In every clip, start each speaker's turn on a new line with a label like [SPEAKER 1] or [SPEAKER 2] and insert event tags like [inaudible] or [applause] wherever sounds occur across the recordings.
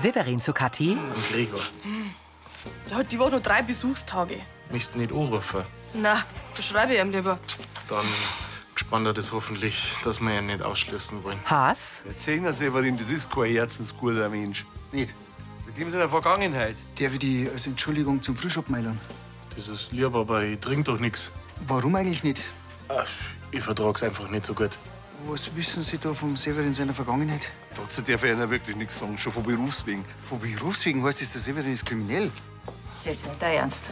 [SPEAKER 1] Severin zu Kathi.
[SPEAKER 2] Und Gregor,
[SPEAKER 3] Ja, die war nur drei Besuchstage.
[SPEAKER 2] müsst nicht anrufen.
[SPEAKER 3] Na, das schreibe ich ihm lieber.
[SPEAKER 2] Dann gespannt er das hoffentlich, dass wir ihn nicht ausschließen wollen.
[SPEAKER 1] Haas.
[SPEAKER 4] Der Zehner Severin, das ist kein herzensguter Mensch.
[SPEAKER 5] Nicht.
[SPEAKER 4] Mit dem ist in der Vergangenheit.
[SPEAKER 5] Der will die als Entschuldigung zum Frühstück abmeilern.
[SPEAKER 2] Das ist lieb, aber ich trink doch nichts.
[SPEAKER 5] Warum eigentlich nicht?
[SPEAKER 2] Ich vertrag's einfach nicht so gut.
[SPEAKER 5] Was wissen Sie da vom Severin seiner Vergangenheit?
[SPEAKER 4] Dazu darf einer wirklich nichts sagen, schon von Berufswegen.
[SPEAKER 5] Von Berufswegen heißt das, der Severin ist kriminell.
[SPEAKER 6] Ist jetzt nicht dein Ernst.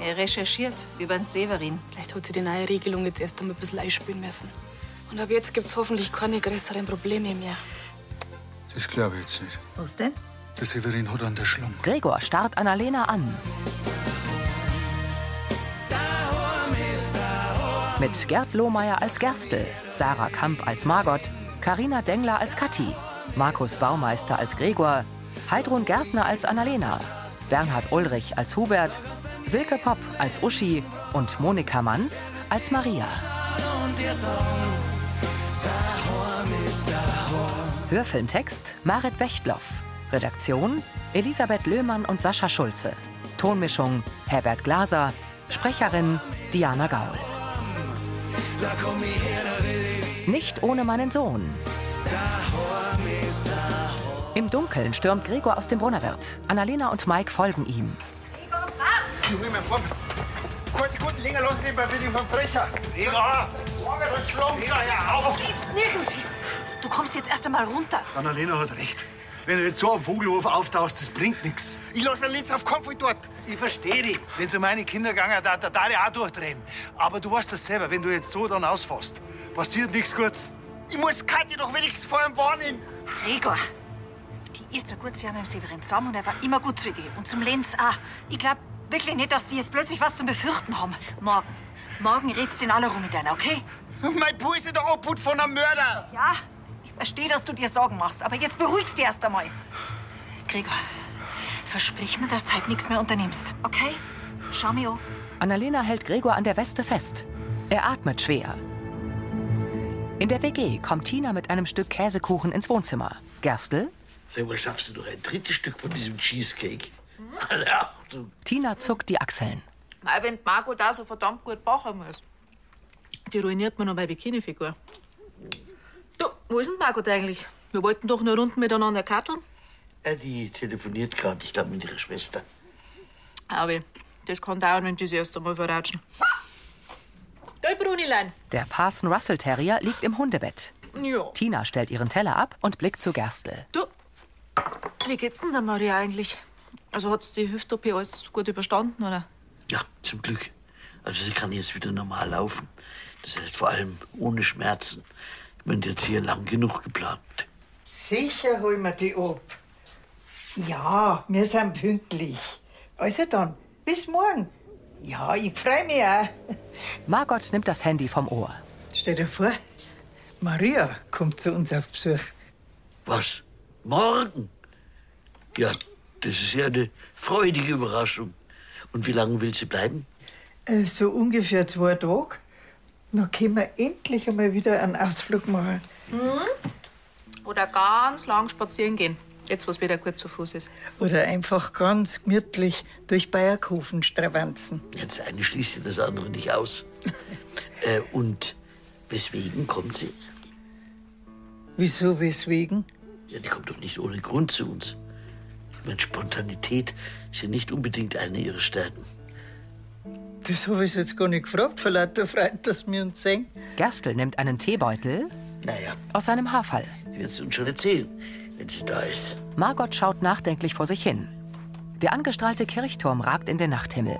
[SPEAKER 6] Er recherchiert über den Severin.
[SPEAKER 3] Vielleicht hat sie die neue Regelung jetzt erst einmal ein bisschen einspielen müssen. Und ab jetzt gibt's hoffentlich keine größeren Probleme mehr.
[SPEAKER 5] Das glaube ich jetzt nicht.
[SPEAKER 6] Was denn?
[SPEAKER 5] Der Severin hat an der Schlung.
[SPEAKER 1] Gregor starrt Annalena an. Mit Gerd Lohmeier als Gerstel, Sarah Kamp als Margot, Karina Dengler als Kathi, Markus Baumeister als Gregor, Heidrun Gärtner als Annalena, Bernhard Ulrich als Hubert, Silke Popp als Uschi und Monika Manz als Maria. Hörfilmtext Marit Bechtloff. Redaktion Elisabeth Löhmann und Sascha Schulze. Tonmischung Herbert Glaser. Sprecherin Diana Gaul. Nicht ohne meinen Sohn. Im Dunkeln stürmt Gregor aus dem Brunnerwirt. Annalena und Mike folgen ihm.
[SPEAKER 7] Ich hol mir Pop. Keine Sekunden länger lassen Sie bei dem Verbrecher.
[SPEAKER 4] Egal!
[SPEAKER 7] Morgen, das schlagen Sie daher auf.
[SPEAKER 6] Nirgends hin. Du kommst jetzt erst einmal runter.
[SPEAKER 8] Annalena hat recht. Wenn du jetzt so am Vogelhof auftauchst, das bringt nichts.
[SPEAKER 7] Ich lasse den Linz auf Kopf dort.
[SPEAKER 8] Ich verstehe dich. Wenn es um meine Kinder gegangen da, da darf ich auch durchdrehen. Aber du weißt das selber, wenn du jetzt so dann ausfährst, passiert nichts Gutes.
[SPEAKER 7] Ich muss Kathi doch wenigstens vor ihm warnen.
[SPEAKER 6] Gregor, die ist ein gutes Jahr mit dem Severin zusammen und er war immer gut zu dir. Und zum Lenz auch. Ich glaub wirklich nicht, dass die jetzt plötzlich was zum Befürchten haben. Morgen. Morgen redst du in aller Ruhe mit einer, okay?
[SPEAKER 7] Mein Bruder ist in der Obhut von einem Mörder.
[SPEAKER 6] Ja, ich verstehe, dass du dir Sorgen machst, aber jetzt beruhigst dich erst einmal. Gregor, versprich mir, dass du heute nichts mehr unternimmst, okay? Schau mir an.
[SPEAKER 1] Annalena hält Gregor an der Weste fest. Er atmet schwer. In der WG kommt Tina mit einem Stück Käsekuchen ins Wohnzimmer. Gerstl,
[SPEAKER 9] Sag mal, schaffst du noch ein drittes Stück von diesem Cheesecake? Keine Achtung.
[SPEAKER 1] Tina zuckt die Achseln.
[SPEAKER 10] Weil wenn die Margot da so verdammt gut backen muss. Die ruiniert mir noch meine Bikini-Figur. Du, wo ist denn die Margot eigentlich? Wir wollten doch nur Runden miteinander katteln.
[SPEAKER 9] Äh, die telefoniert gerade, ich glaube, mit ihrer Schwester.
[SPEAKER 10] Aber das kann dauern, wenn die sie erst einmal verratschen. Gell, Brunilein?
[SPEAKER 1] Der Parson Russell Terrier liegt im Hundebett.
[SPEAKER 10] Ja.
[SPEAKER 1] Tina stellt ihren Teller ab und blickt zu Gerstl.
[SPEAKER 10] Du, wie geht's denn der Maria eigentlich? Also hat's die Hüft-OP alles gut überstanden, oder?
[SPEAKER 9] Ja, zum Glück. Also sie kann jetzt wieder normal laufen. Das heißt vor allem ohne Schmerzen. Ich bin jetzt hier lang genug geplant.
[SPEAKER 11] Sicher holen wir die ab. Ja, wir sind pünktlich. Also dann, bis morgen. Ja, ich freue mich auch.
[SPEAKER 1] Margot nimmt das Handy vom Ohr.
[SPEAKER 11] Stell dir vor, Maria kommt zu uns auf Besuch.
[SPEAKER 9] Was? Morgen? Ja, das ist ja eine freudige Überraschung. Und wie lange will sie bleiben?
[SPEAKER 11] Äh, So ungefähr zwei Tage. Dann können wir endlich einmal wieder einen Ausflug machen.
[SPEAKER 12] Hm?
[SPEAKER 10] Oder ganz lang spazieren gehen. Jetzt, was wieder gut zu Fuß ist.
[SPEAKER 11] Oder einfach ganz gemütlich durch Bayerkofen stravanzen.
[SPEAKER 9] Jetzt eine schließt ja das andere nicht aus. äh, und weswegen kommt sie?
[SPEAKER 11] Wieso, weswegen?
[SPEAKER 9] Ja, die kommt doch nicht ohne Grund zu uns. Ich meine, Spontanität ist ja nicht unbedingt eine ihrer Stärken.
[SPEAKER 11] Das habe ich jetzt gar nicht gefragt, vor lauter Freude, dass wir uns sehen.
[SPEAKER 1] Gerstl nimmt einen Teebeutel
[SPEAKER 9] Naja,
[SPEAKER 1] aus seinem Haarfall.
[SPEAKER 9] ich werde es uns schon erzählen, wenn sie da ist.
[SPEAKER 1] Margot schaut nachdenklich vor sich hin. Der angestrahlte Kirchturm ragt in den Nachthimmel.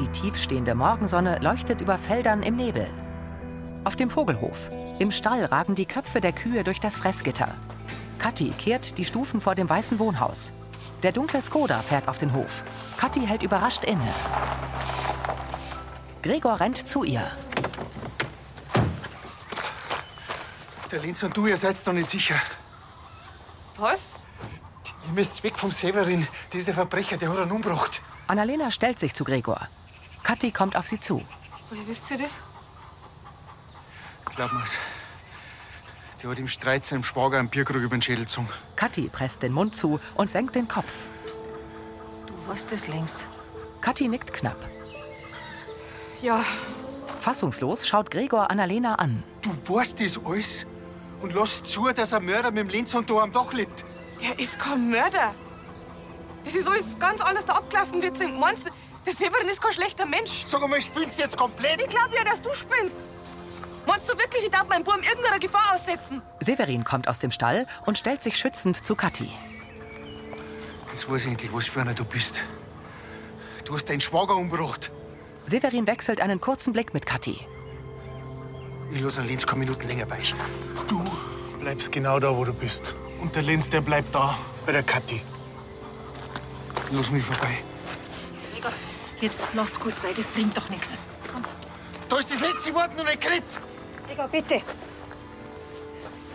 [SPEAKER 1] Die tiefstehende Morgensonne leuchtet über Feldern im Nebel. Auf dem Vogelhof. Im Stall ragen die Köpfe der Kühe durch das Fressgitter. Kathi kehrt die Stufen vor dem weißen Wohnhaus. Der dunkle Skoda fährt auf den Hof. Kathi hält überrascht inne. Gregor rennt zu ihr.
[SPEAKER 5] Der Linz und du, ihr seid doch nicht sicher.
[SPEAKER 3] Was?
[SPEAKER 5] Ihr müsst weg vom Severin. Dieser Verbrecher, der hat ihn umgebracht.
[SPEAKER 1] Annalena stellt sich zu Gregor. Kathi kommt auf sie zu.
[SPEAKER 3] Woher wisst ihr das?
[SPEAKER 5] Glaub mir's. Die hat im Streit seinem Schwager einen Bierkrug über den Schädel gezogen.
[SPEAKER 1] Kathi presst den Mund zu und senkt den Kopf.
[SPEAKER 6] Du warst es längst.
[SPEAKER 1] Kathi nickt knapp.
[SPEAKER 3] Ja.
[SPEAKER 1] Fassungslos schaut Gregor Annalena an.
[SPEAKER 5] Du weißt das alles und lass zu, dass ein Mörder mit dem Lenz und da am Dach liegt.
[SPEAKER 3] Er ist kein Mörder. Das ist alles ganz anders da abgelaufen, wie du denkst. meinst. Der Severin ist kein schlechter Mensch.
[SPEAKER 5] Sag mal, spinnst du jetzt komplett?
[SPEAKER 3] Ich glaube ja, dass du spinnst. Meinst du wirklich, ich darf meinen Buben irgendeiner Gefahr aussetzen?
[SPEAKER 1] Severin kommt aus dem Stall und stellt sich schützend zu Kathi.
[SPEAKER 5] Jetzt weiß ich endlich, was für einer du bist. Du hast deinen Schwager umgebracht.
[SPEAKER 1] Severin wechselt einen kurzen Blick mit Kathi.
[SPEAKER 5] Ich lasse den Lenz keine Minuten länger bei. euch.
[SPEAKER 7] Du bleibst genau da, wo du bist. Und der Lenz, der bleibt da, bei der Kathi.
[SPEAKER 5] Lass mich vorbei.
[SPEAKER 6] Gregor, jetzt lass gut sein, das bringt doch nichts.
[SPEAKER 5] Da ist das letzte Wort noch nicht geredet.
[SPEAKER 6] Gregor, bitte.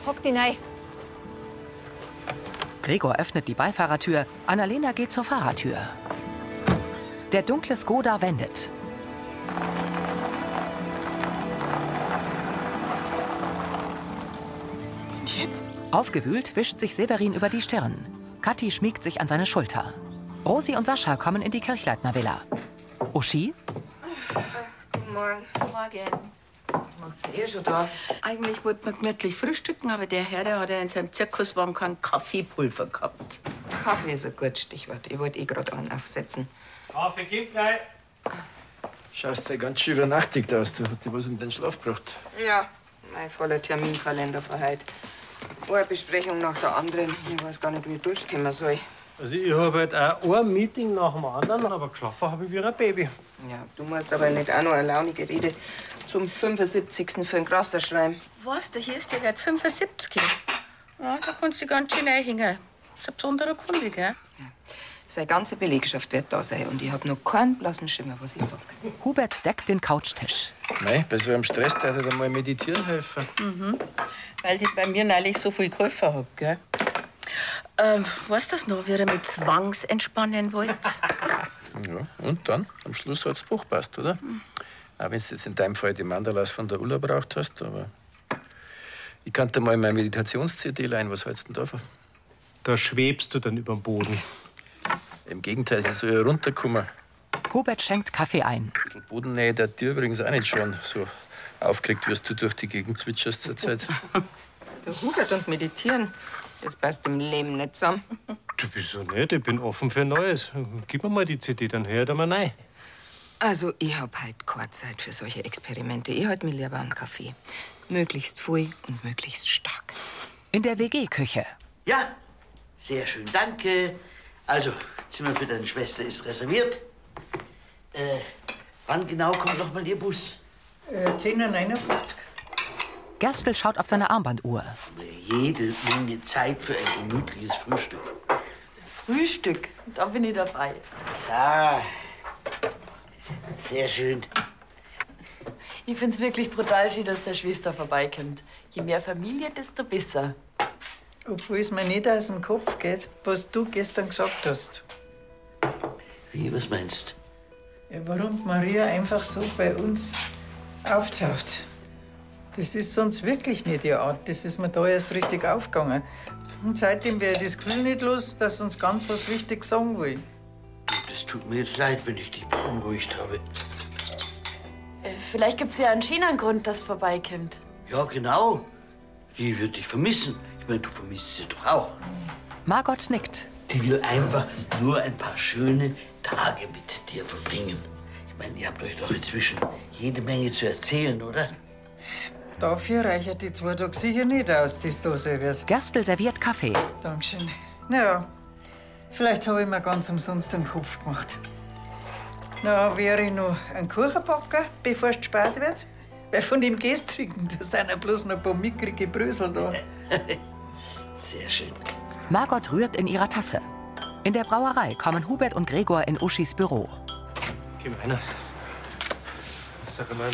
[SPEAKER 6] Hock dich rein.
[SPEAKER 1] Gregor öffnet die Beifahrertür, Annalena geht zur Fahrertür. Der dunkle Skoda wendet.
[SPEAKER 3] Und jetzt?
[SPEAKER 1] Aufgewühlt wischt sich Severin über die Stirn. Kathi schmiegt sich an seine Schulter. Rosi und Sascha kommen in die Kirchleitner Villa. Uschi?
[SPEAKER 12] Guten Morgen.
[SPEAKER 13] Morgen.
[SPEAKER 12] Seid
[SPEAKER 13] eh
[SPEAKER 12] ihr schon da?
[SPEAKER 13] Eigentlich wollten wir gemütlich frühstücken, aber der Herr der hat ja in seinem Zirkuswagen kein Kaffeepulver gehabt.
[SPEAKER 12] Kaffee ist ein gutes Stichwort. Ich wollte eh gerade einen aufsetzen.
[SPEAKER 14] Kaffee gibt gleich.
[SPEAKER 15] Schaust ja ganz schön übernachtigt aus. Du hast dir was um den Schlaf gebracht.
[SPEAKER 12] Ja, mein voller Terminkalender für heute. Eine Besprechung nach der anderen. Ich weiß gar nicht, wie ich durchkommen soll.
[SPEAKER 14] Also ich habe halt auch ein Meeting nach dem anderen, aber geschlafen habe ich wie ein Baby.
[SPEAKER 12] Ja, du musst aber nicht auch noch eine launige Rede zum 75. für den Grasser schreiben.
[SPEAKER 13] Was, der hier ist der Wert 75. Ja, da kannst du dich ganz schön einhängen. Das ist ein besonderer Kunde, gell?
[SPEAKER 12] Seine ganze Belegschaft wird da sein und ich habe noch keinen blassen Schimmer, was ich sage.
[SPEAKER 1] Hubert deckt den Couchtisch.
[SPEAKER 15] Nein, bei so einem Stress darf ich dir mal meditieren helfen.
[SPEAKER 13] Mhm. Weil das bei mir neulich so viel geholfen hat, gell? Ähm, weißt du das noch, wie er mit Zwangs entspannen [laughs] wollte?
[SPEAKER 15] Ja, und dann? Am Schluss hat's Buch passt, oder? Auch wenn du jetzt in deinem Fall die Mandalas von der Ulla braucht hast, aber. Ich kann dir mal meine Meditations-CD leihen. Was hältst du denn davon?
[SPEAKER 14] Da schwebst du dann über dem Boden.
[SPEAKER 15] Im Gegenteil, sie soll ja runterkommen.
[SPEAKER 1] Hubert schenkt Kaffee ein.
[SPEAKER 15] Ein Bodennähe der dir übrigens auch nicht schon. So aufgeregt wirst du durch die Gegend zwitscherst zurzeit.
[SPEAKER 12] Der Hubert und meditieren, das passt im Leben nicht zusammen.
[SPEAKER 14] Du bist so nett, ich bin offen für Neues. Gib mir mal die CD, dann hör ich da mal rein.
[SPEAKER 12] Also, ich hab halt keine Zeit für solche Experimente. Ich halt mir lieber einen Kaffee. Möglichst früh und möglichst stark.
[SPEAKER 1] In der WG-Küche.
[SPEAKER 9] Ja, sehr schön, danke. Also, Zimmer für deine Schwester ist reserviert. Äh, wann genau kommt noch mal ihr Bus?
[SPEAKER 11] Äh, 10.59
[SPEAKER 1] Gerstl schaut auf seine Armbanduhr.
[SPEAKER 9] Jede Menge Zeit für ein gemütliches Frühstück.
[SPEAKER 13] Frühstück, da bin ich dabei.
[SPEAKER 9] So. Sehr schön.
[SPEAKER 16] Ich find's wirklich brutal schön, dass der Schwester vorbeikommt. Je mehr Familie, desto besser.
[SPEAKER 11] Obwohl es mir nicht aus dem Kopf geht, was du gestern gesagt hast.
[SPEAKER 9] Wie, was meinst
[SPEAKER 11] Ja, Warum Maria einfach so bei uns auftaucht. Das ist sonst wirklich nicht ihr Art. Das ist mir da erst richtig aufgegangen. Und seitdem wäre das Gefühl nicht los, dass uns ganz was Wichtiges sagen will.
[SPEAKER 9] Es tut mir jetzt leid, wenn ich dich beunruhigt habe.
[SPEAKER 16] Äh, Vielleicht gibt's ja einen schönen Grund, dass vorbeikommt.
[SPEAKER 9] Ja, genau. Die wird dich vermissen. Ich meine, du vermisst sie doch auch.
[SPEAKER 1] Margot nickt.
[SPEAKER 9] Die will einfach nur ein paar schöne Tage mit dir verbringen. Ich meine, ihr habt euch doch inzwischen jede Menge zu erzählen, oder?
[SPEAKER 11] Dafür reichen die zwei Tage sicher nicht aus, die es da sein wird.
[SPEAKER 1] Gerstl serviert Kaffee.
[SPEAKER 11] Dankeschön. Naja, vielleicht habe ich mir ganz umsonst den Kopf gemacht. Na, wäre ich noch einen Kuchen backen, bevor es zu spät wird? Weil von dem gestrigen, da sind ja bloß noch ein paar mickrige Brösel da.
[SPEAKER 9] [laughs] Sehr schön.
[SPEAKER 1] Margot rührt in ihrer Tasse. In der Brauerei kommen Hubert und Gregor in Uschis Büro.
[SPEAKER 14] Geh mal einer. Sag mal,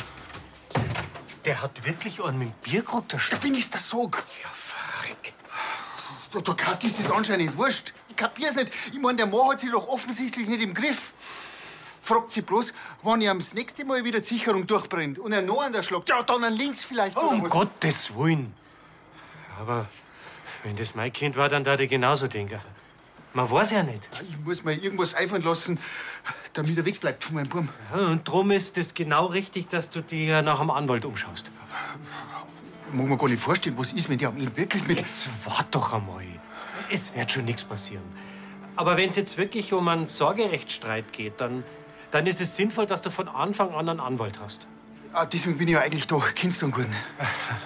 [SPEAKER 14] der hat wirklich einen mit dem Bierkrug da
[SPEAKER 5] Da bin ich der Sog. Ja, verreck. Der Kathi ist das anscheinend wurscht. Ich kapier's nicht. Ich mein, der Mann hat sie doch offensichtlich nicht im Griff. Fragt sie bloß, wann ihr das nächste Mal wieder die Sicherung durchbrennt und er noch an der Schlag. Ja, dann ein Links vielleicht.
[SPEAKER 14] Oh,
[SPEAKER 5] oder
[SPEAKER 14] um
[SPEAKER 5] was.
[SPEAKER 14] Gottes Willen. Aber wenn das mein Kind war, dann darf ich genauso denken. Man weiß ja nicht.
[SPEAKER 5] Ich muss mir irgendwas einfallen lassen, damit er wegbleibt von meinem Buben.
[SPEAKER 14] Ja, Und drum ist es genau richtig, dass du dir nach einem Anwalt umschaust.
[SPEAKER 5] Ich mag mir gar nicht vorstellen, was ist, wenn der am Ende wirklich mit.
[SPEAKER 14] Jetzt wart doch einmal. Es wird schon nichts passieren. Aber wenn es jetzt wirklich um einen Sorgerechtsstreit geht, dann, dann ist es sinnvoll, dass du von Anfang an einen Anwalt hast.
[SPEAKER 5] Ah, deswegen bin ich ja eigentlich da. Kennst du einen guten?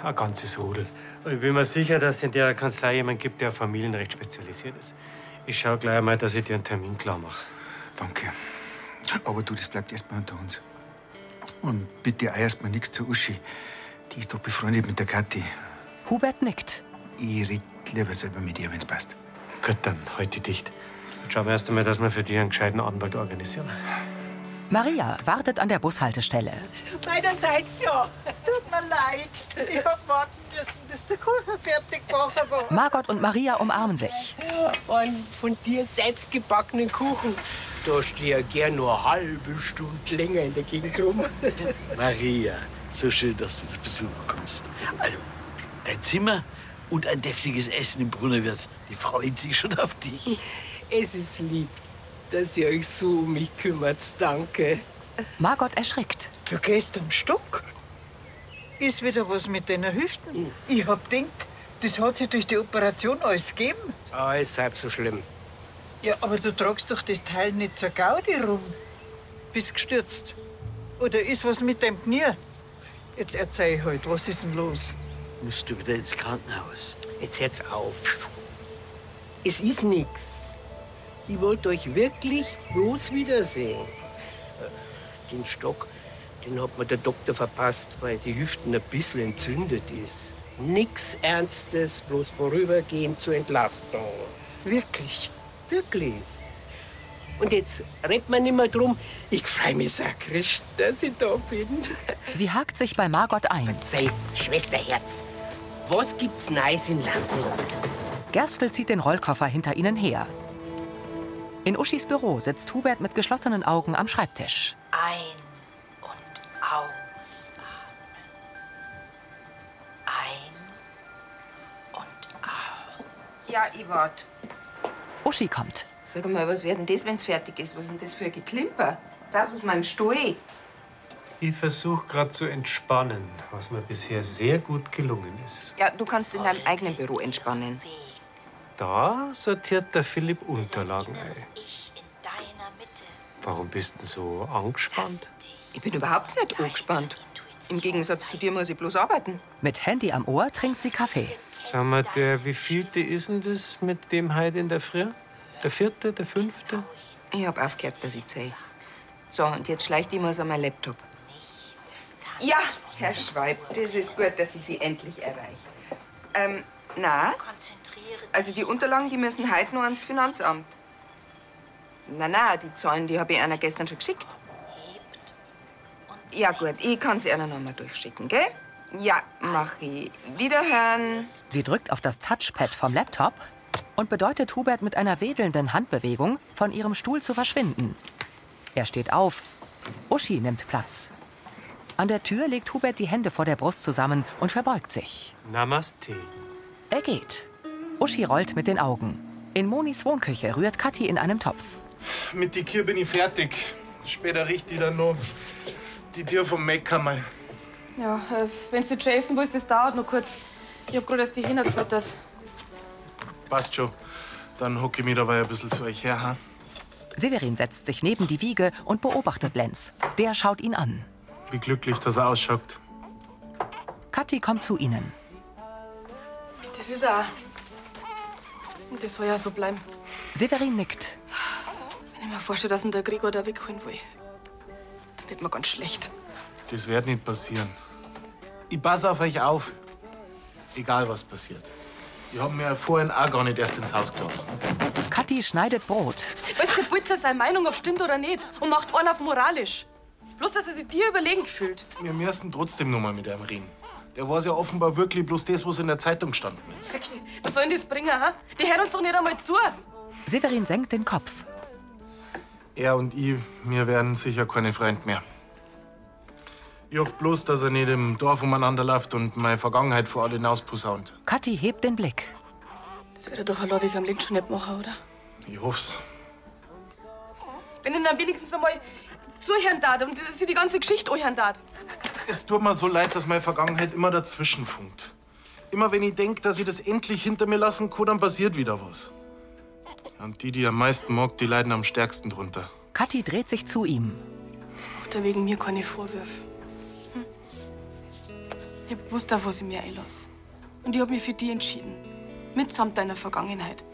[SPEAKER 14] Ein ganzes Rudel. Ich bin mir sicher, dass es in der Kanzlei jemand gibt, der auf Familienrecht spezialisiert ist. Ich schau gleich mal, dass ich dir einen Termin klar mache.
[SPEAKER 5] Danke. Aber du, das bleibt erstmal unter uns. Und bitte eierst mir nichts zu Uschi. Die ist doch befreundet mit der Kathi.
[SPEAKER 1] Hubert nickt.
[SPEAKER 5] Ich red lieber selber mit ihr, wenn's passt.
[SPEAKER 14] Gut, dann heute dicht. Jetzt schauen wir erst einmal, dass wir für dich einen gescheiten Anwalt organisieren.
[SPEAKER 1] Maria wartet an der Bushaltestelle.
[SPEAKER 17] Meinerseits ja. Tut mir leid. Ich hab warten müssen, bis der Kuchen fertig gebacken war.
[SPEAKER 1] Margot und Maria umarmen sich.
[SPEAKER 17] Einen von dir selbst gebackenen Kuchen. Da stehe ich gern nur eine halbe Stunde länger in der Gegend rum. [laughs]
[SPEAKER 9] Maria, so schön, dass du zu Besuch kommst. Also, dein Zimmer und ein deftiges Essen im Brunnerwirt. Die freuen sich schon auf dich.
[SPEAKER 17] Es ist lieb, dass ihr euch so um mich kümmert. Danke.
[SPEAKER 1] Margot erschrickt.
[SPEAKER 17] Du gehst am Stock?
[SPEAKER 11] Ist wieder was mit deiner Hüften? Ich hab gedacht, das hat sich durch die Operation alles gegeben.
[SPEAKER 17] Ah, ist halb so schlimm.
[SPEAKER 11] Ja, aber du tragst doch das Teil nicht zur Gaudi rum. Bist gestürzt. Oder ist was mit deinem Knie? Jetzt erzähl halt, was ist denn los?
[SPEAKER 9] Musst du wieder ins Krankenhaus.
[SPEAKER 17] Jetzt hört's auf. Es ist nix. Ich wollte euch wirklich bloß wiedersehen. Äh, Den Stock, den hat mir der Doktor verpasst, weil die Hüften ein bisschen entzündet ist. Nix Ernstes, bloß vorübergehend zur Entlastung. Wirklich? Wirklich. Und jetzt redet man nicht mehr drum. Ich freue mich sakrisch, dass ich da bin.
[SPEAKER 1] Sie hakt sich bei Margot ein.
[SPEAKER 17] Sei, Schwesterherz, was gibt's Neues in Landsee?
[SPEAKER 1] Gerstl zieht den Rollkoffer hinter ihnen her. In Uschis Büro sitzt Hubert mit geschlossenen Augen am Schreibtisch.
[SPEAKER 18] Ein und ausatmen. Ein.
[SPEAKER 12] Ja, ich wart.
[SPEAKER 1] Uschi kommt.
[SPEAKER 12] Sag mal, was wird denn das, wenn's fertig ist? Was ist denn das für ein Geklimper? Raus aus meinem Stuhl.
[SPEAKER 14] Ich versuche gerade zu entspannen, was mir bisher sehr gut gelungen ist.
[SPEAKER 12] Ja, du kannst in deinem eigenen Büro entspannen.
[SPEAKER 14] Da sortiert der Philipp Unterlagen ein. Warum bist du denn so angespannt?
[SPEAKER 12] Ich bin überhaupt nicht angespannt. Im Gegensatz zu dir muss ich bloß arbeiten.
[SPEAKER 1] Mit Handy am Ohr trinkt sie Kaffee.
[SPEAKER 14] Sag mal, der wievielte ist denn das mit dem heute in der Früh? Der vierte, der fünfte?
[SPEAKER 12] Ich hab aufgehört, dass ich zähl. So, und jetzt schleicht ich mal an mein Laptop. Ja, Herr Schweib, das ist gut, dass ich Sie endlich erreiche. Ähm, na? Also die Unterlagen, die müssen heute noch ans Finanzamt. Na, na, die Zahlen, die habe ich einer gestern schon geschickt. Ja, gut, ich kann sie einer noch mal durchschicken, gell? Ja, mach ich. Wiederhören.
[SPEAKER 1] Sie drückt auf das Touchpad vom Laptop und bedeutet Hubert mit einer wedelnden Handbewegung, von ihrem Stuhl zu verschwinden. Er steht auf. Uschi nimmt Platz. An der Tür legt Hubert die Hände vor der Brust zusammen und verbeugt sich.
[SPEAKER 14] Namaste.
[SPEAKER 1] Er geht. Uschi rollt mit den Augen. In Monis Wohnküche rührt Kathi in einem Topf.
[SPEAKER 2] Mit die Kür bin ich fertig. Später riecht die dann noch die Tür vom Meckkammer.
[SPEAKER 3] Ja, äh, wenn's du Jason willst, das dauert noch kurz. Ich hab grad erst die Hühner gefüttert.
[SPEAKER 2] Passt schon. Dann hocke ich mich dabei ein bisschen zu euch her. Ha?
[SPEAKER 1] Severin setzt sich neben die Wiege und beobachtet Lenz. Der schaut ihn an.
[SPEAKER 2] Wie glücklich, dass er ausschaut.
[SPEAKER 1] Kathi kommt zu ihnen.
[SPEAKER 3] Das ist er. Und das soll ja so bleiben.
[SPEAKER 1] Severin nickt.
[SPEAKER 3] Wenn ich mir vorstelle, dass mir der Gregor da wegholen will, dann wird mir ganz schlecht.
[SPEAKER 2] Das wird nicht passieren. Ich passe auf euch auf. Egal, was passiert. Ich hab mir vorhin auch gar nicht erst ins Haus gelassen.
[SPEAKER 1] Kathi schneidet Brot.
[SPEAKER 3] Weißt du, der Putzer seine Meinung, ob stimmt oder nicht, und macht einen auf moralisch. Bloß, dass er sich dir überlegen fühlt.
[SPEAKER 2] Wir müssen trotzdem noch mal mit ihm reden. Der weiß ja offenbar wirklich bloß das, was in der Zeitung stand.
[SPEAKER 3] Was sollen das bringen, ha? Die hören uns doch nicht einmal zu.
[SPEAKER 1] Severin senkt den Kopf.
[SPEAKER 2] Er und ich, wir werden sicher keine Freund mehr. Ich hoffe bloß, dass er nicht im Dorf umeinander läuft und meine Vergangenheit vor alle hinausposaunt.
[SPEAKER 1] Kathi hebt den Blick.
[SPEAKER 13] Das wird er doch allein am Lind schon nicht machen, oder?
[SPEAKER 2] Ich hoff's.
[SPEAKER 3] Wenn er dann wenigstens einmal zuhören darf und sie die ganze Geschichte anhören darf.
[SPEAKER 2] Es tut mir so leid, dass meine Vergangenheit immer dazwischen funkt. Immer wenn ich denke, dass ich das endlich hinter mir lassen kann, dann passiert wieder was. Und die, die ich am meisten mag, die leiden am stärksten drunter.
[SPEAKER 1] Kathi dreht sich zu ihm.
[SPEAKER 3] Macht er wegen mir keine Vorwürfe. Hm? Ich hab gewusst, auf was ich mir einlasse. Und ich hab mich für die entschieden. Mitsamt deiner Vergangenheit.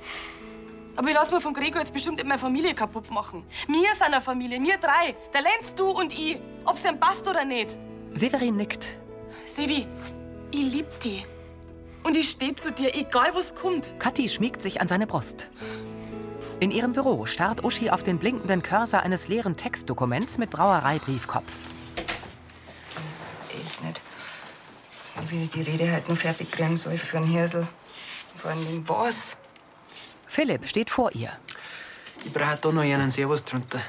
[SPEAKER 3] Aber ich lass mir von Gregor jetzt bestimmt nicht meine Familie kaputt machen. Mir seiner Familie, mir drei. Der Lenz, du und ich. Ob's ihm passt oder nicht.
[SPEAKER 1] Severin nickt.
[SPEAKER 3] Sevi, ich lieb dich. Und ich steh zu dir, egal was kommt.
[SPEAKER 1] Kathi schmiegt sich an seine Brust. In ihrem Büro starrt Uschi auf den blinkenden Cursor eines leeren Textdokuments mit Brauereibriefkopf.
[SPEAKER 6] Ich nicht. Ich will die Rede halt nur fertig kriegen soll für einen Hirsel. Vor allem was?
[SPEAKER 1] Philipp steht vor ihr.
[SPEAKER 19] Ich brauche da noch einen Servus drunter.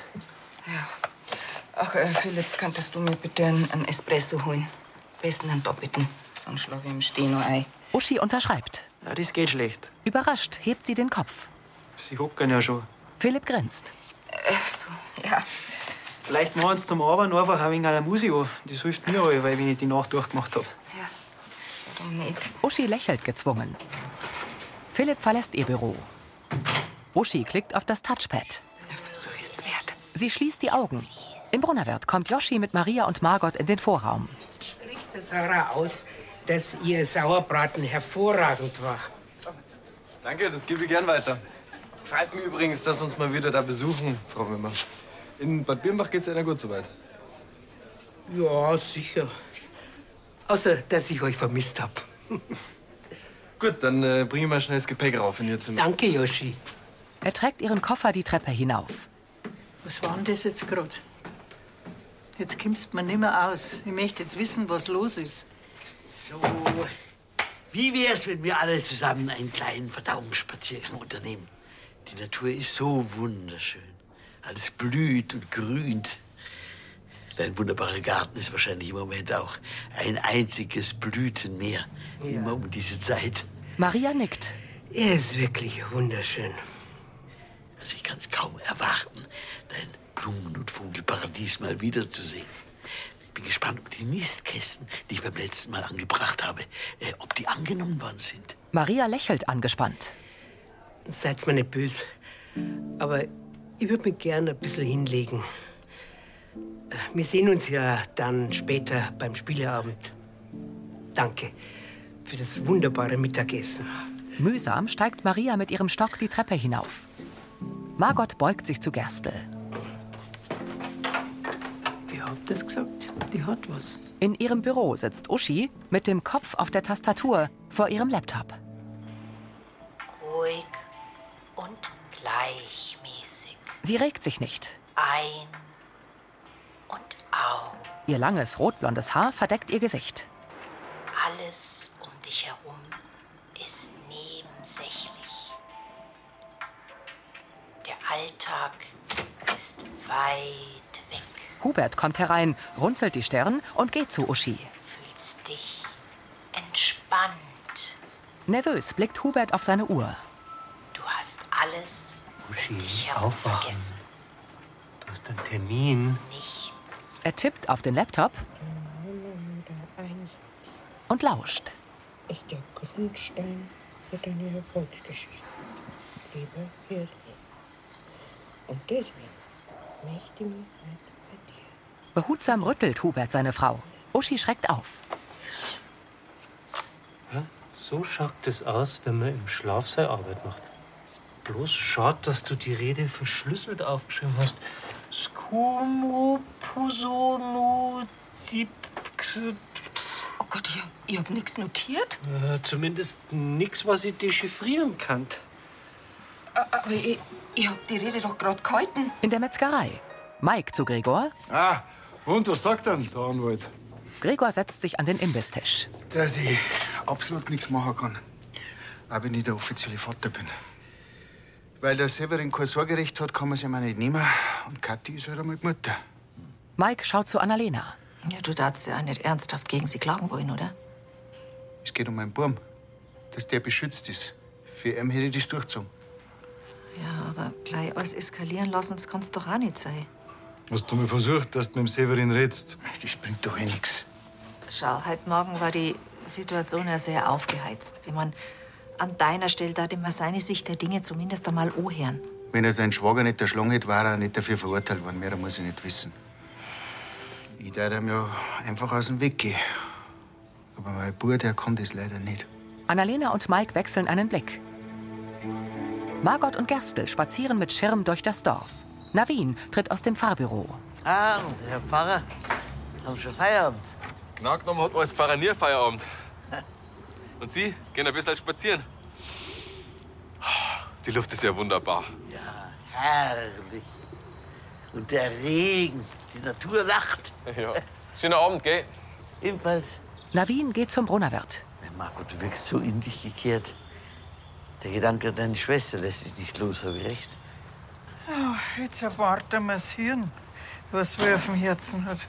[SPEAKER 6] Ach, äh, Philipp, könntest du mir bitte einen, einen Espresso holen? Am Besten einen doppelten, sonst schlafe ich im Stehen noch ein.
[SPEAKER 1] Uschi unterschreibt.
[SPEAKER 19] Ja, das geht schlecht.
[SPEAKER 1] Überrascht hebt sie den Kopf.
[SPEAKER 19] Sie hocken ja schon.
[SPEAKER 1] Philipp grinst.
[SPEAKER 19] Vielleicht machen sie zum Arbeiten einfach ein wenig an der Musik an. Das hilft mir alle, weil wenn ich die Nacht durchgemacht habe.
[SPEAKER 6] Warum nicht?
[SPEAKER 1] Uschi lächelt gezwungen. Philipp verlässt ihr Büro. Uschi klickt auf das Touchpad.
[SPEAKER 6] Versuch es wert.
[SPEAKER 1] Sie schließt die Augen. Im Brunnerwirt kommt Joschi mit Maria und Margot in den Vorraum.
[SPEAKER 17] Richte Sarah aus, dass ihr Sauerbraten hervorragend war.
[SPEAKER 20] Danke, das gebe ich gern weiter. Freut mich übrigens, dass uns mal wieder da besuchen, Frau Wimmer. In Bad Birnbach geht's Ihnen gut soweit.
[SPEAKER 17] Ja, sicher. Außer, dass ich euch vermisst habe.
[SPEAKER 20] Gut, dann äh, bringe ich mal schnell das Gepäck rauf in Ihr Zimmer.
[SPEAKER 17] Danke, Joschi.
[SPEAKER 1] Er trägt ihren Koffer die Treppe hinauf.
[SPEAKER 11] Was war denn das jetzt gerade? Jetzt kommst man nimmer aus. Ich möchte jetzt wissen, was los ist.
[SPEAKER 9] So. Wie wär's, wenn wir alle zusammen einen kleinen Verdauungsspaziergang unternehmen? Die Natur ist so wunderschön. Alles blüht und grünt. Dein wunderbarer Garten ist wahrscheinlich im Moment auch ein einziges Blütenmeer. Immer um diese Zeit.
[SPEAKER 1] Maria nickt.
[SPEAKER 17] Er ist wirklich wunderschön.
[SPEAKER 9] Also ich kann es kaum erwarten, dein Blumen- und Vogelparadies mal wiederzusehen. Ich bin gespannt, ob die Nistkästen, die ich beim letzten Mal angebracht habe, äh, ob die angenommen worden sind.
[SPEAKER 1] Maria lächelt angespannt.
[SPEAKER 17] Seid mir nicht böse, aber ich würde mich gern ein bisschen hinlegen. Wir sehen uns ja dann später beim Spieleabend. Danke für das wunderbare Mittagessen.
[SPEAKER 1] Mühsam steigt Maria mit ihrem Stock die Treppe hinauf. Margot beugt sich zu Gerstl.
[SPEAKER 11] Ich hab das gesagt. Die hat was.
[SPEAKER 1] In ihrem Büro sitzt Uschi mit dem Kopf auf der Tastatur vor ihrem Laptop.
[SPEAKER 18] Ruhig und gleichmäßig.
[SPEAKER 1] Sie regt sich nicht.
[SPEAKER 18] Ein und aus.
[SPEAKER 1] Ihr langes rotblondes Haar verdeckt ihr Gesicht.
[SPEAKER 18] Alles um dich herum ist nebensächlich. Der Alltag ist weit weg.
[SPEAKER 1] Hubert kommt herein, runzelt die Stirn und geht zu Uschi.
[SPEAKER 18] Fühlst dich entspannt.
[SPEAKER 1] Nervös blickt Hubert auf seine Uhr.
[SPEAKER 18] Du hast alles um
[SPEAKER 19] Uschi, aufwachen. Du hast einen Termin.
[SPEAKER 1] Er tippt auf den Laptop und lauscht.
[SPEAKER 21] ist der Grundstein für deine Erfolgsgeschichte, lieber Hirte. Und deswegen möchte mich
[SPEAKER 1] Behutsam rüttelt Hubert seine Frau. Uschi schreckt auf.
[SPEAKER 14] Ja, so schaut es aus, wenn man im Schlaf seine Arbeit macht. Ist bloß schade, dass du die Rede verschlüsselt aufgeschrieben hast.
[SPEAKER 6] Oh Gott, ich, ich hab nichts notiert.
[SPEAKER 14] Äh, zumindest nichts, was ich dechiffrieren kann.
[SPEAKER 6] Ä- Aber ich, ich hab die Rede doch gerade gehalten.
[SPEAKER 1] In der Metzgerei. Mike zu Gregor.
[SPEAKER 22] Ah, und was sagt denn der Anwalt?
[SPEAKER 1] Gregor setzt sich an den Imbisstisch.
[SPEAKER 5] Dass ich absolut nichts machen kann. Auch wenn ich der offizielle Vater bin. Weil der Severin kein Sorgerecht hat, kann man es ihm auch nicht nehmen. Und Kathi ist halt einmal die Mutter.
[SPEAKER 1] Mike schaut zu Annalena.
[SPEAKER 4] Ja, du darfst ja nicht ernsthaft gegen sie klagen wollen, oder?
[SPEAKER 5] Es geht um meinen Burm, dass der beschützt ist. Für ihn hätte ich das durchgezogen.
[SPEAKER 4] Ja, aber gleich alles eskalieren lassen, das kannst doch auch nicht sein.
[SPEAKER 22] Hast du mal versucht, dass du mit dem Severin redst?
[SPEAKER 5] Das bringt doch eh nichts.
[SPEAKER 4] Schau, heute Morgen war die Situation ja sehr aufgeheizt. Ich meine, an deiner Stelle darf ich mir seine Sicht der Dinge zumindest einmal anhören.
[SPEAKER 5] Wenn er seinen Schwager nicht erschlagen hätte, war er nicht dafür verurteilt worden. Mehr muss ich nicht wissen. Ich darf ihm ja einfach aus dem Weg gehen. Aber mein Bruder, der kommt es leider nicht.
[SPEAKER 1] Annalena und Mike wechseln einen Blick. Margot und Gerstl spazieren mit Schirm durch das Dorf. Navin tritt aus dem Fahrbüro.
[SPEAKER 8] Ah, unser Herr Pfarrer. Haben schon Feierabend.
[SPEAKER 23] Genau genommen hat als Pfarrer nie Feierabend. Und Sie gehen ein bisschen halt spazieren. Die Luft ist ja wunderbar.
[SPEAKER 8] Herrlich. Und der Regen. Die Natur lacht.
[SPEAKER 23] Ja. Schöner Abend, gell?
[SPEAKER 8] Ebenfalls.
[SPEAKER 1] Navin geht zum Brunnerwirt.
[SPEAKER 8] Marco, du wirkst so in dich gekehrt. Der Gedanke an deine Schwester lässt dich nicht los, habe ich recht?
[SPEAKER 11] Oh, jetzt erwarten wir das Hirn, was wohl auf dem Herzen hat.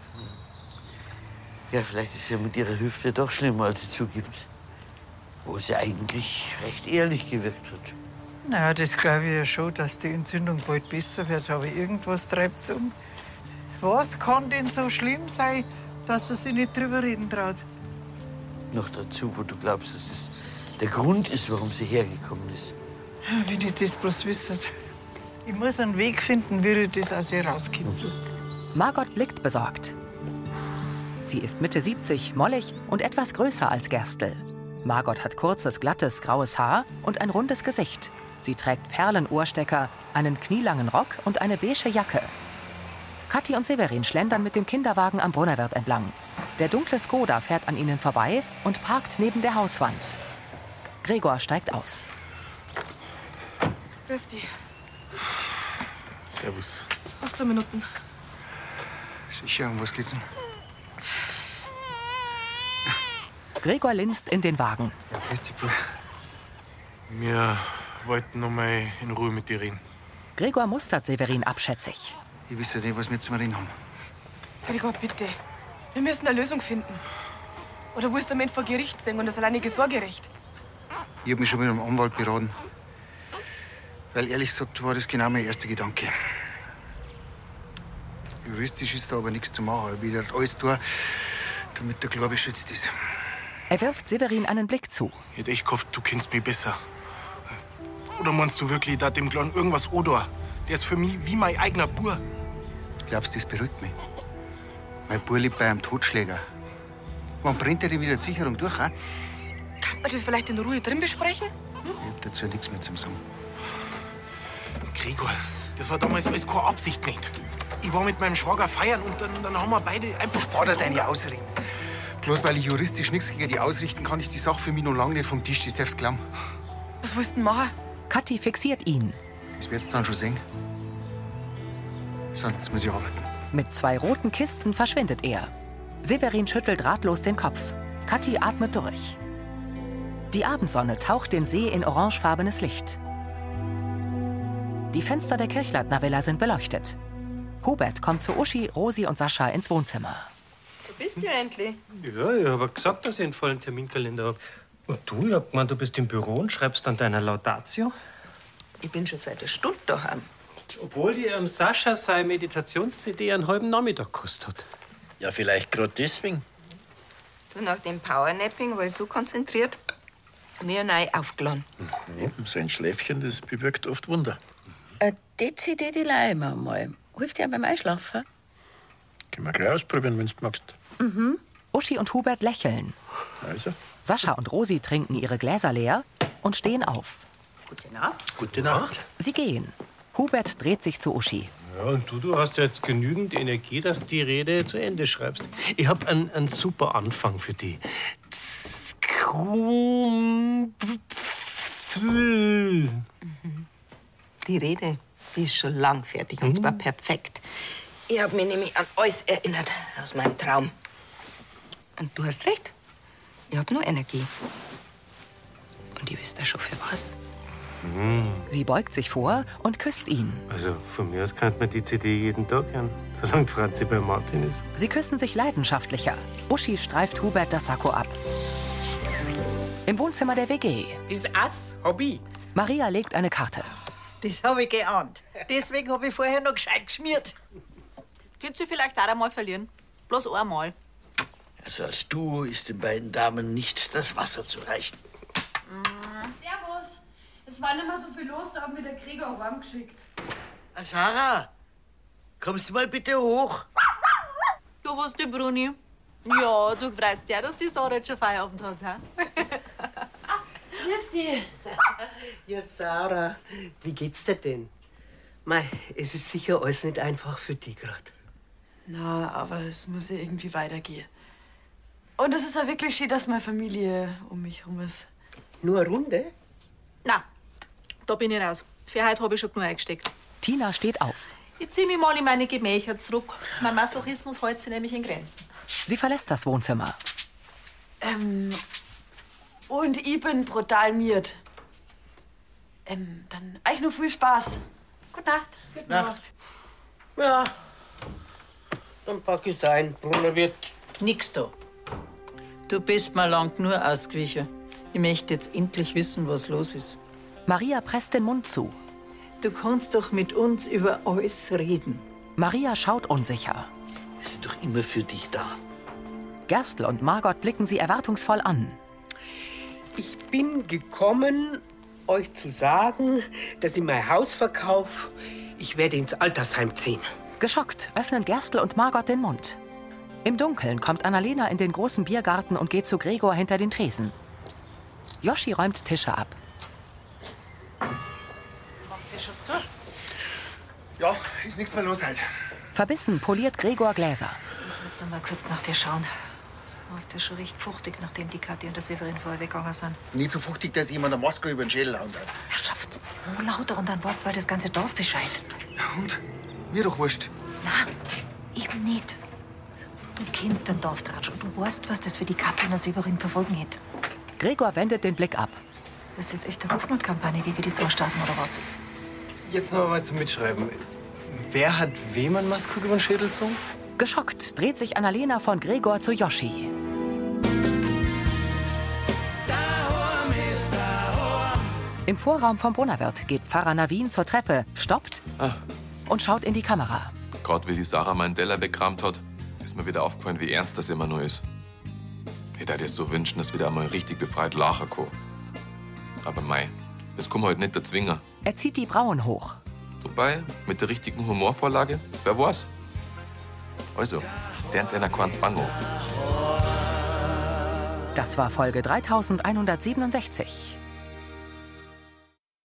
[SPEAKER 8] Ja, vielleicht ist ja mit ihrer Hüfte doch schlimmer, als sie zugibt. Wo sie eigentlich recht ehrlich gewirkt hat.
[SPEAKER 11] Na, das glaube ich ja schon, dass die Entzündung bald besser wird, aber irgendwas treibt es um. Was kann denn so schlimm sein, dass er sich nicht drüber reden traut?
[SPEAKER 8] Noch dazu, wo du glaubst, dass es der Grund ist, warum sie hergekommen ist.
[SPEAKER 11] Wenn ich das bloß wüsste. Ich muss einen Weg finden, wie ich das aus ihr rauskitzel.
[SPEAKER 1] Margot blickt besorgt. Sie ist Mitte 70, mollig und etwas größer als Gerstl. Margot hat kurzes, glattes, graues Haar und ein rundes Gesicht. Sie trägt Perlenohrstecker, einen knielangen Rock und eine beige Jacke. Kathi und Severin schlendern mit dem Kinderwagen am Brunnerwirt entlang. Der dunkle Skoda fährt an ihnen vorbei und parkt neben der Hauswand. Gregor steigt aus.
[SPEAKER 3] Christi,
[SPEAKER 2] Servus.
[SPEAKER 3] hast du Minuten?
[SPEAKER 5] Sicher, um was geht's denn?
[SPEAKER 1] Gregor linst in den Wagen.
[SPEAKER 2] Wir wollten noch mal in Ruhe mit dir reden.
[SPEAKER 1] Gregor mustert Severin abschätzig.
[SPEAKER 5] Ich weiß ja nicht, was wir zu reden haben.
[SPEAKER 3] Gregor, bitte. Wir müssen eine Lösung finden. Oder willst du damit vor Gericht sehen und das alleinige Sorgerecht?
[SPEAKER 5] Ich hab mich schon mit einem Anwalt beraten. Weil ehrlich gesagt war das genau mein erster Gedanke. Juristisch ist da aber nichts zu machen. Ich will halt alles tun, damit der Glaube beschützt ist.
[SPEAKER 1] Er wirft Severin einen Blick zu.
[SPEAKER 2] Ich hätte echt gehofft, du kennst mich besser. Oder meinst du wirklich, da hat dem Clown irgendwas Odor? Der ist für mich wie mein eigener Bur.
[SPEAKER 5] Glaubst du, das beruhigt mich? Mein Bub liegt bei einem Totschläger. Wann brennt er denn wieder die Sicherung durch? He?
[SPEAKER 3] Kann man das vielleicht in Ruhe drin besprechen?
[SPEAKER 5] Ich hab dazu nichts mehr zum Sagen.
[SPEAKER 2] Gregor, das war damals alles keine Absicht nicht. Ich war mit meinem Schwager feiern und dann, dann haben wir beide einfach...
[SPEAKER 5] Oder deine Ausreden. Bloß weil ich juristisch nichts gegen die ausrichten kann, ist die Sache für mich noch lange nicht vom Tisch. Das darfst du glauben.
[SPEAKER 3] Was willst du denn machen?
[SPEAKER 1] Kathi fixiert ihn.
[SPEAKER 5] Das wird's dann schon sehen. So, jetzt muss ich arbeiten.
[SPEAKER 1] Mit zwei roten Kisten verschwindet er. Severin schüttelt ratlos den Kopf. Kathi atmet durch. Die Abendsonne taucht den See in orangefarbenes Licht. Die Fenster der Kirchleitner Villa sind beleuchtet. Hubert kommt zu Uschi, Rosi und Sascha ins Wohnzimmer.
[SPEAKER 24] Wo bist du endlich?
[SPEAKER 14] Ja, ich habe gesagt, dass ich einen vollen Terminkalender habe. Und du, ich hab gemeint, du bist im Büro und schreibst an deiner Laudatio.
[SPEAKER 24] Ich bin schon seit einer Stunde daheim.
[SPEAKER 14] Obwohl die ähm, Sascha seine Meditations-CD einen halben Nachmittag gekostet hat.
[SPEAKER 8] Ja, vielleicht gerade deswegen.
[SPEAKER 24] Du, nach dem Powernapping war ich so konzentriert, mir neu aufgeladen.
[SPEAKER 15] Eben, so ein Schläfchen, das bewirkt oft Wunder.
[SPEAKER 4] Eine dezidierte Leime einmal. Hilft dir beim Einschlafen?
[SPEAKER 15] Können wir gleich ausprobieren, wenn du magst.
[SPEAKER 1] Mhm. Uschi und Hubert lächeln.
[SPEAKER 15] Also,
[SPEAKER 1] Sascha und Rosi trinken ihre Gläser leer und stehen auf.
[SPEAKER 24] Gute Nacht.
[SPEAKER 15] gute Nacht.
[SPEAKER 1] Sie gehen. Hubert dreht sich zu Uschi.
[SPEAKER 14] Ja, und du, du hast ja jetzt genügend Energie, dass du die Rede zu Ende schreibst. Ich hab einen, einen super Anfang für die. Krumpfl.
[SPEAKER 24] Mhm. Die Rede, die ist schon lang fertig und zwar perfekt. Ich habe mich nämlich an alles erinnert aus meinem Traum. Und du hast recht. Ich habe nur Energie. Und ich wüsste schon für was.
[SPEAKER 1] Sie beugt sich vor und küsst ihn.
[SPEAKER 14] Mhm. Also von mir aus könnte man die CD jeden Tag hören, [laughs] solange Franzi bei Martin ist.
[SPEAKER 1] Sie küssen sich leidenschaftlicher. Uschi streift Hubert das Sakko ab. Im Wohnzimmer der WG.
[SPEAKER 17] Das Ass Hobby.
[SPEAKER 1] Maria legt eine Karte.
[SPEAKER 25] Das habe ich geahnt. Deswegen habe ich vorher noch gescheit geschmiert.
[SPEAKER 10] Könnt ihr vielleicht auch einmal verlieren? Bloß einmal.
[SPEAKER 9] Also als Duo ist den beiden Damen nicht das Wasser zu reichen.
[SPEAKER 26] Mhm. Servus. Es war nicht mehr so viel los, da haben wir der Krieger auch geschickt.
[SPEAKER 9] Ah, Sarah, kommst du mal bitte hoch?
[SPEAKER 10] Du wusst, der Bruni. Ja, du weißt ja, dass die Sarah jetzt schon Feierabend hat. He?
[SPEAKER 25] Grüß dich.
[SPEAKER 17] Ja, Sarah, wie geht's dir denn? Mei, es ist sicher alles nicht einfach für dich gerade.
[SPEAKER 16] Na, aber es muss ja irgendwie weitergehen. Und es ist ja wirklich schön, dass meine Familie um mich herum ist.
[SPEAKER 17] Nur eine Runde?
[SPEAKER 10] Na, da bin ich raus. Für heute habe ich schon genug eingesteckt.
[SPEAKER 1] Tina steht auf.
[SPEAKER 10] Ich zieh mich mal in meine Gemächer zurück. Mein Masochismus hält sich nämlich in Grenzen.
[SPEAKER 1] Sie verlässt das Wohnzimmer.
[SPEAKER 16] Ähm, und ich bin brutal miert. Ähm, dann euch nur viel Spaß. Gute Nacht. Gute
[SPEAKER 17] Nacht. Ja, dann pack ich's ein. Brunner wird.
[SPEAKER 11] Nix da. Du bist mal lang nur ausgewichen. Ich möchte jetzt endlich wissen, was los ist.
[SPEAKER 1] Maria presst den Mund zu.
[SPEAKER 11] Du kannst doch mit uns über alles reden.
[SPEAKER 1] Maria schaut unsicher.
[SPEAKER 9] Wir sind doch immer für dich da.
[SPEAKER 1] Gerstl und Margot blicken sie erwartungsvoll an.
[SPEAKER 17] Ich bin gekommen, euch zu sagen, dass ich mein Haus verkaufe. Ich werde ins Altersheim ziehen.
[SPEAKER 1] Geschockt öffnen Gerstl und Margot den Mund. Im Dunkeln kommt Annalena in den großen Biergarten und geht zu Gregor hinter den Tresen. Joschi räumt Tische ab.
[SPEAKER 4] Kommt sie schon zu?
[SPEAKER 5] Ja, ist nichts mehr los halt.
[SPEAKER 1] Verbissen poliert Gregor Gläser.
[SPEAKER 4] Ich will mal kurz nach dir schauen. Du warst ja schon recht fuchtig, nachdem die Kathi und der Severin vorher weggegangen sind.
[SPEAKER 5] Nicht so fuchtig, dass jemand eine Maske über den Schädel hauen wird.
[SPEAKER 4] Schafft. Oh, lauter, und dann weiß bald das ganze Dorf Bescheid.
[SPEAKER 5] Und? Mir doch wurscht.
[SPEAKER 4] Na, eben nicht. Du kennst den Dorftratsch und du weißt, was das für die Kathi und der Severin verfolgen hat.
[SPEAKER 1] Gregor wendet den Blick ab.
[SPEAKER 4] Das ist jetzt echt eine Rufnotkampagne gegen die zwei Staaten, oder was?
[SPEAKER 27] Jetzt noch mal zum Mitschreiben. Wer hat wem an Maskug über den Schädel gezogen?
[SPEAKER 1] Geschockt dreht sich Annalena von Gregor zu Joschi. Im Vorraum vom Brunnerwirt geht Pfarrer Navin zur Treppe, stoppt und schaut in die Kamera.
[SPEAKER 23] Gerade wie die Sarah meinen Teller weggerammt hat, ist mir wieder aufgefallen, wie ernst das immer nur ist. Ich hätte es so wünschen, dass wieder einmal richtig befreit lachen kann. Aber mei, das kommt heute nicht der Zwinger.
[SPEAKER 1] Er zieht die Brauen hoch.
[SPEAKER 23] Wobei, mit der richtigen Humorvorlage, wer weiß? Also, dance einer Quanzwango.
[SPEAKER 1] Das war Folge 3167.